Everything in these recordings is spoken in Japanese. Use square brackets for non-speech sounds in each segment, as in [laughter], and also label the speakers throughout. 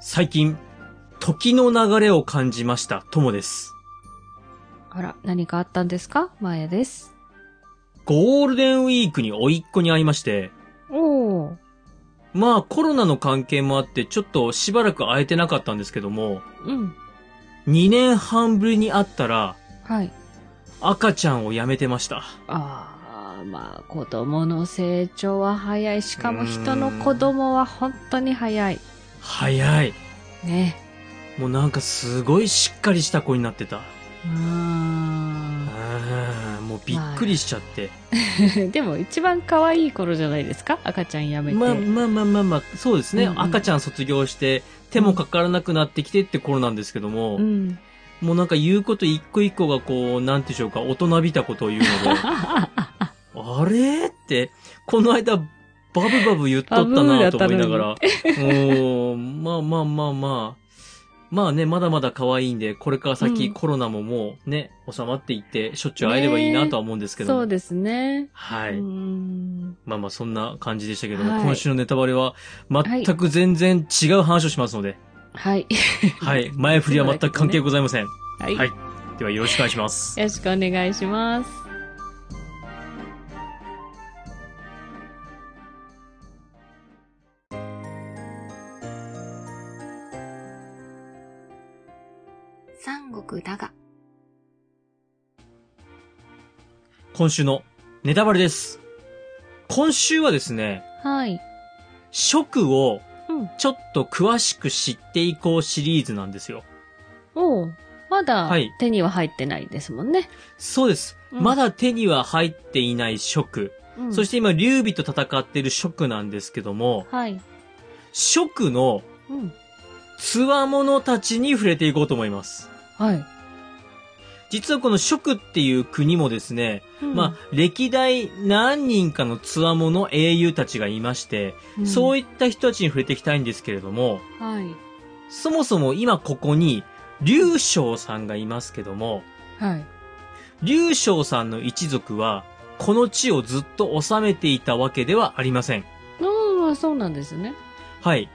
Speaker 1: 最近、時の流れを感じました、ともです。
Speaker 2: あら、何かあったんですかまやです。
Speaker 1: ゴールデンウィークに甥いっ子に会いまして、
Speaker 2: おー。
Speaker 1: まあコロナの関係もあってちょっとしばらく会えてなかったんですけども、
Speaker 2: うん。
Speaker 1: 2年半ぶりに会ったら
Speaker 2: はい。
Speaker 1: 赤ちゃんをやめてました。
Speaker 2: ああ、まあ、子供の成長は早い。しかも人の子供は本当に早い。
Speaker 1: 早い。
Speaker 2: ね。
Speaker 1: もうなんかすごいしっかりした子になってた。
Speaker 2: う [laughs] ー
Speaker 1: あーもうびっくりしちゃって。
Speaker 2: ん。でも一番可愛い頃じゃないですか赤ちゃんやめて。
Speaker 1: まあまあまあまあまあ、そうですね。
Speaker 2: うんうん
Speaker 1: 赤ちゃん卒業して手もかからなくなってきてって頃なんですけども、
Speaker 2: うん。
Speaker 1: もうなんか言うこと一個一個がこう、なんていうんでしょうか、大人びたことを言うの
Speaker 2: [laughs]
Speaker 1: で。あれって、この間、バブバブ言っとったなと思いながら。もう、まあまあまあまあ。まあね、まだまだ可愛いんで、これから先、
Speaker 2: うん
Speaker 1: コロナももうね、収まっていって、しょっちゅう会えればいいなとは思うんですけども。
Speaker 2: [laughs] そうですね。
Speaker 1: は
Speaker 2: う
Speaker 1: い。
Speaker 2: ーん。
Speaker 1: まあまあ、そんな感じでしたけども、
Speaker 2: はい
Speaker 1: 今週のネタバレは、全く全然違う話をしますので、
Speaker 2: [laughs] はい。
Speaker 1: はい。前振りは全く関係ございません。
Speaker 2: はい。
Speaker 1: はい
Speaker 2: よ
Speaker 1: では、よろしくお願いします。
Speaker 2: ろしくお願いします。
Speaker 3: 三国だが、
Speaker 1: 今週のネタバレです。今週はですね、
Speaker 2: はい。
Speaker 1: 食を
Speaker 2: うん
Speaker 1: ちょっと詳しく知っていこうシリーズなんですよ。
Speaker 2: おー。まだ
Speaker 1: はい
Speaker 2: 手には入ってないですもんね。
Speaker 1: そうです。
Speaker 2: うん
Speaker 1: まだ手には入っていない食。
Speaker 2: うん
Speaker 1: そして今、劉備と戦っている食なんですけども、
Speaker 2: はい。
Speaker 1: 食の
Speaker 2: うん。
Speaker 1: つわものたちに触れていこうと思います。
Speaker 2: はい。
Speaker 1: 実はこの食っていう国もですね、まあ、歴代何人かのつわもの英雄たちがいまして、
Speaker 2: うん、
Speaker 1: そう
Speaker 2: い
Speaker 1: いった人たちに触れていきたいんですけれども、
Speaker 2: うん。はい。
Speaker 1: そもそも今ここに、劉将さんがいますけども、
Speaker 2: はい。
Speaker 1: 劉将さんの一族は、この地をずっと治めていたわけではありません。
Speaker 2: うん、そうなんですね。
Speaker 1: はい。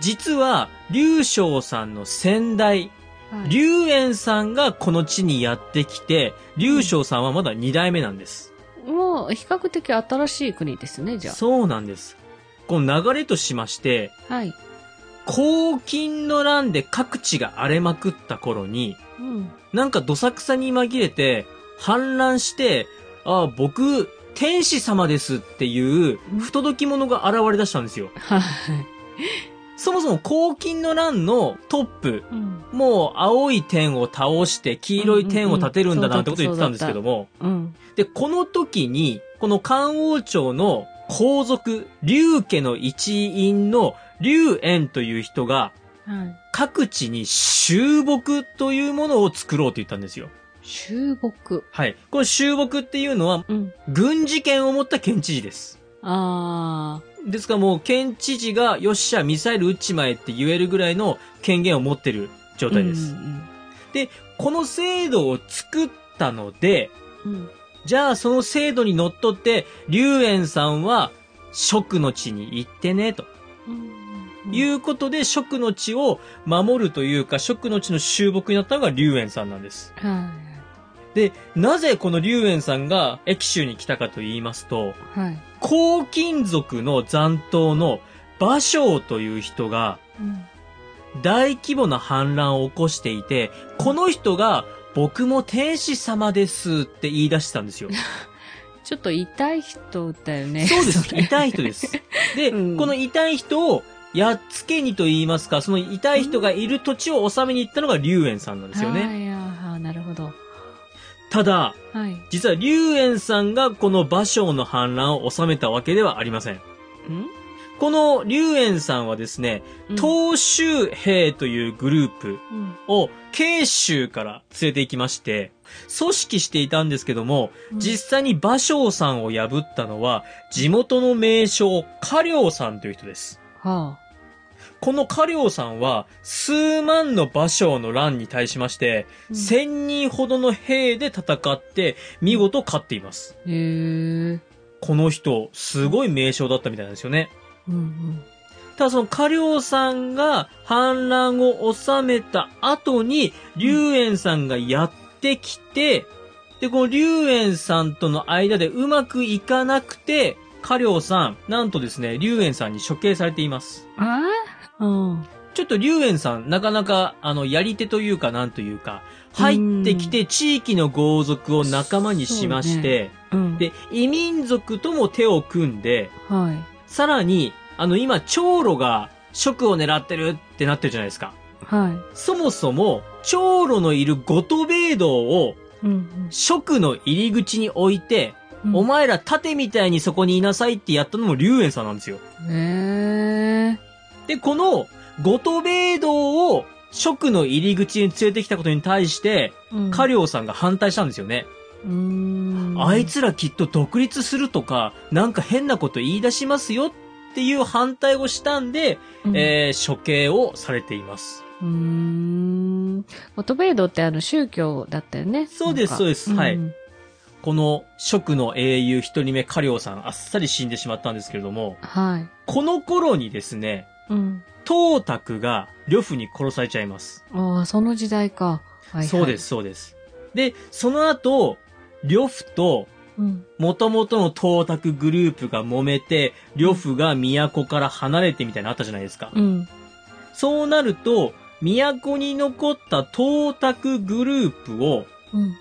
Speaker 1: 実は、劉将さんの先代、
Speaker 2: はい、
Speaker 1: 劉炎さんがこの地にやってきて、劉将さんはまだ二代目なんです。
Speaker 2: もう、比較的新しい国ですね、じゃ
Speaker 1: そうなんです。この流れとしまして、
Speaker 2: あ。はい。
Speaker 1: 黄金の乱で各地が荒れまくった頃に、
Speaker 2: うん。
Speaker 1: なんかどさくさに紛れて、反乱して、ああ、僕、天使様ですっていう
Speaker 2: うん、
Speaker 1: 不届き者が現れ出したんですよ。
Speaker 2: はい。
Speaker 1: そもそも、黄金の乱のトップ、
Speaker 2: うん。
Speaker 1: もう青い点を倒して、黄色い点を立てるんだなってことを言ってたんですけども、
Speaker 2: うん。
Speaker 1: で、この時に、この漢王朝の皇族、劉家の一員の劉炎という人が、
Speaker 2: はい。
Speaker 1: 各地に収木というものを作ろうと言ったんですよ。
Speaker 2: 中国。
Speaker 1: はい。この収木っていうのは、
Speaker 2: うん。
Speaker 1: 軍事権を持った県知事です。
Speaker 2: あ
Speaker 1: ですからもう県知事が、よっしゃ、ミサイル撃っちまえって言えるぐらいの権限を持ってる状
Speaker 2: ー。
Speaker 1: 態です。
Speaker 2: うん
Speaker 1: この制度を作ったので、
Speaker 2: うん。うん。
Speaker 1: じゃあその制度にのっとって、龍炎さんは、職の地に行ってね、と
Speaker 2: うん
Speaker 1: い
Speaker 2: うん。
Speaker 1: うことで、職の地を守るというか、職の地の収木になったのが龍炎さんなんです。
Speaker 2: は
Speaker 1: で、なぜこの龍炎さんが駅州に来たかと言いますと、
Speaker 2: い。はい。
Speaker 1: 黄金族の残党の馬将という人が
Speaker 2: うん。
Speaker 1: 大規模な反乱を起こしていて、この人が僕も天使様ですって言い出したん
Speaker 2: [laughs]
Speaker 1: ですよ。
Speaker 2: ちょっと痛い人だよね。
Speaker 1: そうです。
Speaker 2: れ
Speaker 1: 痛い人です。で、
Speaker 2: うん
Speaker 1: この痛い人をやっつけにと言いますか、その痛い人がいる土地を治めに行ったのが龍炎さんなんですよ
Speaker 2: は
Speaker 1: ね。
Speaker 2: い。ああ、なるほど。
Speaker 1: ただ、
Speaker 2: はい。
Speaker 1: 実は龍炎さんがこの馬将の反乱を収めたわけではありません。
Speaker 2: うん
Speaker 1: この龍炎さんはですね、東州兵というグループ
Speaker 2: うん。
Speaker 1: を慶州から連れて行きまして、組織していたんですけども、
Speaker 2: うん
Speaker 1: 実際に馬将さんを破ったのは、地元の名将、家領さんという人です。
Speaker 2: は
Speaker 1: この家領さんは、数万の馬将の乱に対しまして、
Speaker 2: あ。
Speaker 1: 千人ほどの兵で戦って、見事勝っています。
Speaker 2: へえ。
Speaker 1: この人、すごい名将だったみたいなんですよね。
Speaker 2: うんうん。
Speaker 1: ただその家領さんが反乱を収めた後に、龍炎さんがやってきて、で、この龍炎さんとの間でうまくいかなくて、家領さん、なんとですね、龍炎さんに処刑されています。
Speaker 2: ああうん。
Speaker 1: ちょっと龍炎さん、なかなか、あの、やり手というか、なんというか、入ってきて地域の豪族を仲間にしまして、
Speaker 2: うん。、
Speaker 1: で、異民族とも手を組んで、
Speaker 2: はい。
Speaker 1: さらに、あの、今、長老が職を狙ってるってなってるじゃないですか。
Speaker 2: は
Speaker 1: そもそも、長老のいる五都米道を、
Speaker 2: い。うん。
Speaker 1: 職の入り口に置いて、
Speaker 2: うん
Speaker 1: お。前ら盾みたいにそこにいなさいってやったのも龍炎さんなんですよ。
Speaker 2: へえ。
Speaker 1: で、この、五都米道を、職の入り口に連れてきたことに対して、
Speaker 2: うん
Speaker 1: 家領さんが反対したんですよね。
Speaker 2: うーん。
Speaker 1: あいつらきっと独立するとか、なんか変なこと言い出しますよっていう反対をしたんで、
Speaker 2: うん、
Speaker 1: えー、処刑をされています。
Speaker 2: うーん。オトベイドってあの宗教だったよね。
Speaker 1: そうです
Speaker 2: なんか
Speaker 1: そうですはい
Speaker 2: ん
Speaker 1: この、職の英雄一人目、カリさん、あっさり死んでしまったんですけれども、
Speaker 2: はい。
Speaker 1: この頃にですね、
Speaker 2: うん。
Speaker 1: 董卓が、呂布に殺されちゃいます。
Speaker 2: ああ、その時代か。はい、はい。
Speaker 1: そうで。す、そうです。で、その後、呂布と、
Speaker 2: うん。
Speaker 1: 元々の董卓グループが揉めて、呂布が都から離れてみたいなのあったじゃないですか。
Speaker 2: うん。
Speaker 1: そうなると、都に残った董卓グループを
Speaker 2: うん。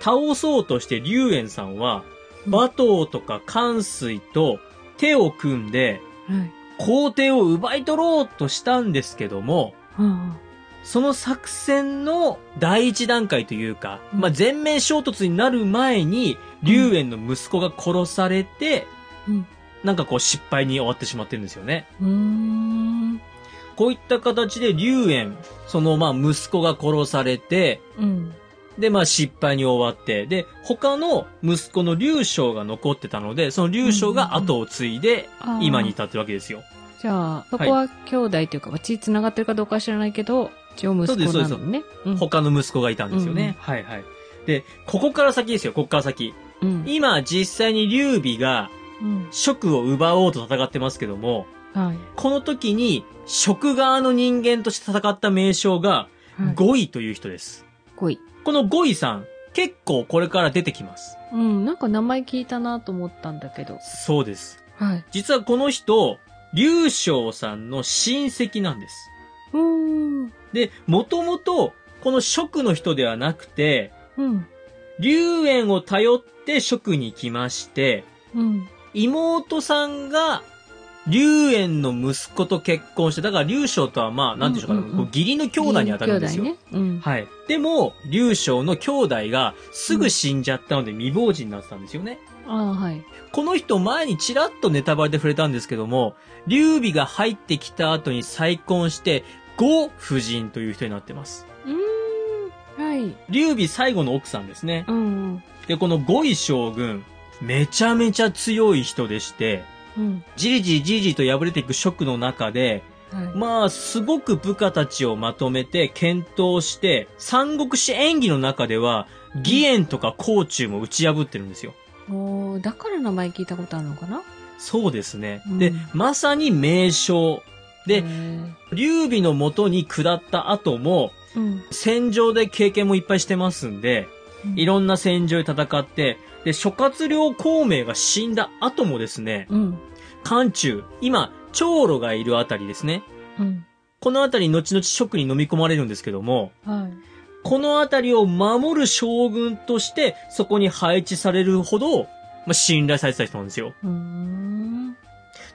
Speaker 1: 倒そうとして龍炎さんは、
Speaker 2: うん
Speaker 1: 馬頭とか関水と手を組んで、
Speaker 2: はい。
Speaker 1: 皇帝を奪い取ろうとしたんですけども、
Speaker 2: は
Speaker 1: その作戦の第一段階というか、
Speaker 2: うん
Speaker 1: まあ、全面衝突になる前に、龍炎の息子が殺されて、
Speaker 2: うん
Speaker 1: なんかこう失敗に終わってしまってるんですよね。
Speaker 2: あ。うーん。
Speaker 1: こういった形で龍炎、そのまあ息子が殺されて、
Speaker 2: うん。
Speaker 1: で、まあ失敗に終わって、で、他の息子の劉将が残ってたので、その劉将が後を継いで、
Speaker 2: あー
Speaker 1: 今に。至ってるわけですよ。
Speaker 2: じゃあ、そこは兄弟というか、血繋がってるかどうかは知らないけど、一応息子なのね。うん
Speaker 1: 他の息子がいたんですよ
Speaker 2: うんうん
Speaker 1: ね。はいはい。で、ここから先ですよ、ここから先。
Speaker 2: うん。
Speaker 1: 今、実際に劉備が、
Speaker 2: うん。
Speaker 1: 職を奪おうと戦ってますけども、
Speaker 2: はい。
Speaker 1: この時に、職側の人間として戦った名称が、
Speaker 2: はい
Speaker 1: 五位という人です。
Speaker 2: ごい。
Speaker 1: この五位さん、結構これから出てきます。
Speaker 2: うん。なんか名前聞いたなと思ったんだけど。
Speaker 1: そうです。
Speaker 2: はい。
Speaker 1: 実はこの人、劉将さんの親戚なんです。
Speaker 2: うーん。
Speaker 1: で、もともと、この職の人ではなくて、
Speaker 2: うん。
Speaker 1: 龍炎を頼って職に来まして、
Speaker 2: うん。
Speaker 1: 妹さんが、龍炎の息子と結婚して、だから龍将とはまあ、なんていうのかな、
Speaker 2: うんうんうん
Speaker 1: こう義理の兄弟に当たるんですよ。
Speaker 2: 兄弟ね。うん。
Speaker 1: はい。でも、龍将の兄弟がすぐ死んじゃったので未亡人になってたんですよね。
Speaker 2: ああ、はい。
Speaker 1: この人前にちらっとネタバレで触れたんですけども、劉備が入ってきた後に再婚して、呉夫人という人になってます。
Speaker 2: うーん。はい。
Speaker 1: 劉備最後の奥さんですね
Speaker 2: う。ん。
Speaker 1: で、この呉位将軍、めちゃめちゃ強い人でして、
Speaker 2: うん。
Speaker 1: じりじりじりじりと破れていく職の中で、
Speaker 2: はい。
Speaker 1: まあ、すごく部下たちをまとめて、検討して、三国志演義の中では、義援とか甲冑も打ち破ってるんですよ。
Speaker 2: おーだから名前聞いたことあるのかな
Speaker 1: そうですね。
Speaker 2: うん
Speaker 1: で、まさに名将。で、
Speaker 2: へー
Speaker 1: 劉備の元に下った後も、
Speaker 2: うん。
Speaker 1: 戦場で経験もいっぱいしてますんで、いろんな戦場で戦って、で、諸葛亮孔明が死んだ後もですね、
Speaker 2: うん。
Speaker 1: 漢中、今、長老がいるあたりですね。
Speaker 2: うん。
Speaker 1: このあたり後々職に飲み込まれるんですけども、
Speaker 2: はい。
Speaker 1: このあたりを守る将軍として、そこに配置されるほど、まあ、信頼されてた人なんですよ。
Speaker 2: うーん。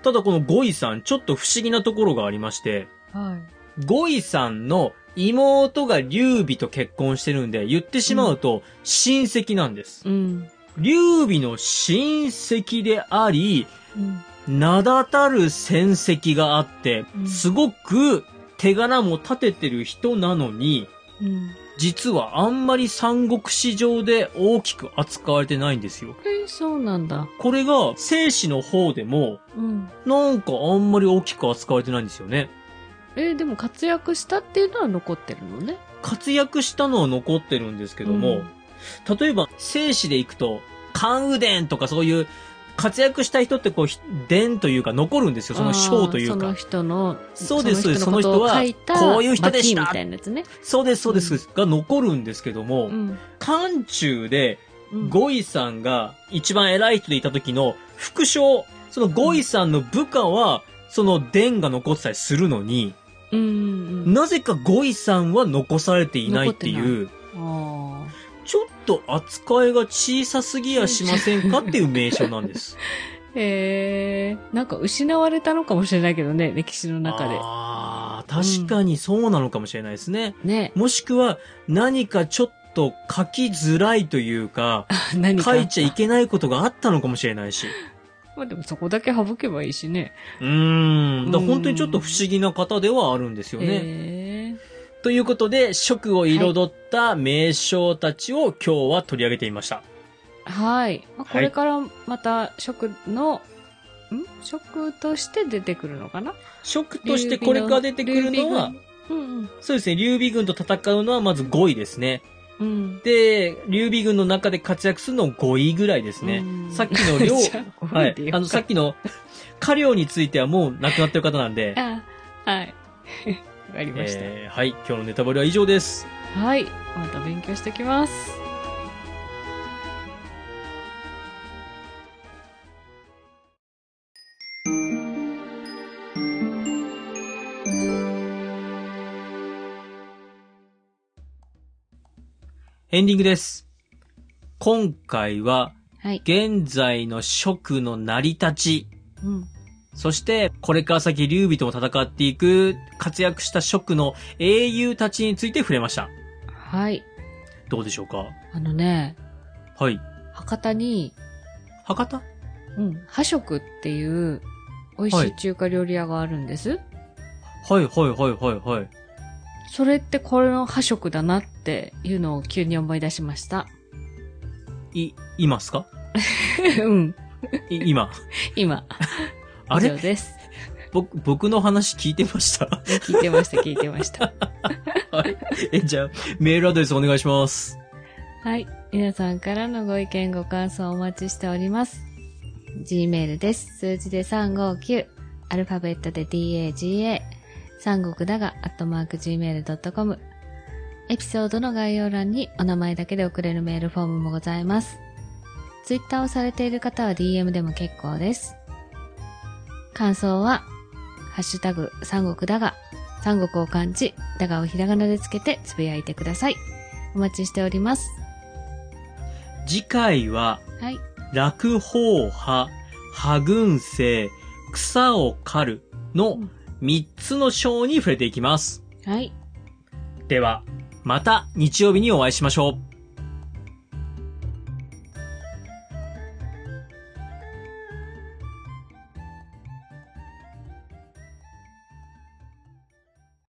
Speaker 1: ただこの五位さん、ちょっと不思議なところがありまして、
Speaker 2: はい。
Speaker 1: 五位さんの妹が劉備と結婚してるんで、言ってしまうと親戚なんです。
Speaker 2: うん。
Speaker 1: 劉備の親戚であり、
Speaker 2: うん。
Speaker 1: 名だたる戦績があって
Speaker 2: う、ん
Speaker 1: すごく手柄も立ててる人なのに、
Speaker 2: うん。
Speaker 1: 実はあんまり三国史上で大きく扱われてないんですよ。
Speaker 2: えー、そうなんだ。
Speaker 1: これが、生死の方でも、
Speaker 2: うん。
Speaker 1: なんかあんまり大きく扱われてないんですよね。
Speaker 2: えー、でも活躍したっていうのは残ってるのね。
Speaker 1: 活躍したのは残ってるんですけども、例えば、生死で行くと、関羽伝とかそういう、活躍した人ってこう、ひ伝というか残るんですよ。その賞とい
Speaker 2: あ
Speaker 1: う
Speaker 2: ーその
Speaker 1: か。
Speaker 2: 人の、
Speaker 1: そうです
Speaker 2: その人のことを書いた
Speaker 1: そうですその人はこういう人でした
Speaker 2: バキみたいなやつね。
Speaker 1: そうです、そうです、が残るんですけども、
Speaker 2: うん。
Speaker 1: 漢中で、
Speaker 2: うん
Speaker 1: ゴイさんが一番偉い人でいた時の副将、そのゴイさんの部下は、その伝が残ってたりするのに、
Speaker 2: うんうん。
Speaker 1: なぜかゴイさんは残されていないっていう、
Speaker 2: あー
Speaker 1: ちょっと扱いが小さすぎやしませんかっていう名称なんです。
Speaker 2: へえ、なんか失われたのかもしれないけどね、歴史の [laughs] 中で。
Speaker 1: ああ、確かにそうなのかもしれないですね。
Speaker 2: ね、 [laughs]
Speaker 1: もしくは、何かちょっと書きづらいというか、
Speaker 2: 何か。
Speaker 1: 書いちゃいけないことがあったのかもしれないし。
Speaker 2: まあでもそこだけ省けばいいしね。
Speaker 1: うーん。だから本当にちょっと不思議な方ではあるんですよね。
Speaker 2: へえ。
Speaker 1: ということで、食を彩った名称たちを今日は取り上げていました。
Speaker 2: はい。まあ
Speaker 1: はい
Speaker 2: これからまた食の、ん食として出てくるのかな
Speaker 1: 食としてこれから出てくるのは、、
Speaker 2: 劉備軍
Speaker 1: そうですね、劉備軍と戦うのはまず5位ですね。
Speaker 2: うんうん。うん。
Speaker 1: で、劉備軍の中で活躍するの5位ぐらいですね
Speaker 2: う。ん
Speaker 1: さっきの両、
Speaker 2: [laughs] じゃあこ
Speaker 1: は
Speaker 2: れ
Speaker 1: い
Speaker 2: でよ。う
Speaker 1: あ
Speaker 2: か
Speaker 1: の、さっきの、家領についてはもう亡くなってる方なんで、
Speaker 2: あはい。 [laughs] わかりました、
Speaker 1: えーはい、今日のネタバレは以上です。
Speaker 2: はい。また勉強してきます。
Speaker 1: エンディングです。今回は、
Speaker 2: はい。
Speaker 1: 現在の職の成り立ち、
Speaker 2: うん。
Speaker 1: そして、これから先劉備とも戦っていく、活躍した職の英雄たちについて触れました。
Speaker 2: はい。
Speaker 1: どうでしょうか
Speaker 2: あのね、
Speaker 1: はい。
Speaker 2: 博多に、
Speaker 1: 博多
Speaker 2: うん、破食っていう美味しい中華料理屋があるんです。
Speaker 1: はいはいはいはいはい。
Speaker 2: それってこれの破食だなっていうのを急に思い出しました。 [laughs]
Speaker 1: い、いますか
Speaker 2: うん、
Speaker 1: い、今。
Speaker 2: 今。
Speaker 1: あ
Speaker 2: 以上
Speaker 1: れ
Speaker 2: です。
Speaker 1: 僕、僕の話聞いてました [laughs]
Speaker 2: 聞いてました、聞いてました。
Speaker 1: はい。え、じゃあ、メールアドレスお願いします。
Speaker 2: はい。皆さんからのご意見、ご感想をお待ちしております。Gmail です。数字で359。アルファベットで DAGA。三国だが、アットマーク Gmail.com。エピソードの概要欄にお名前だけで送れるメールフォームもございます。Twitter をされている方は DM でも結構です。感想は、ハッシュタグ、三国だが、三国を漢字、だがをひらがなでつけてつぶやいてください。お待ちしております。
Speaker 1: 次回は、
Speaker 2: はい。
Speaker 1: 落法派、破軍生、草を狩るの3つの章に触れていきます。
Speaker 2: はい。
Speaker 1: では、また日曜日にお会いしましょう。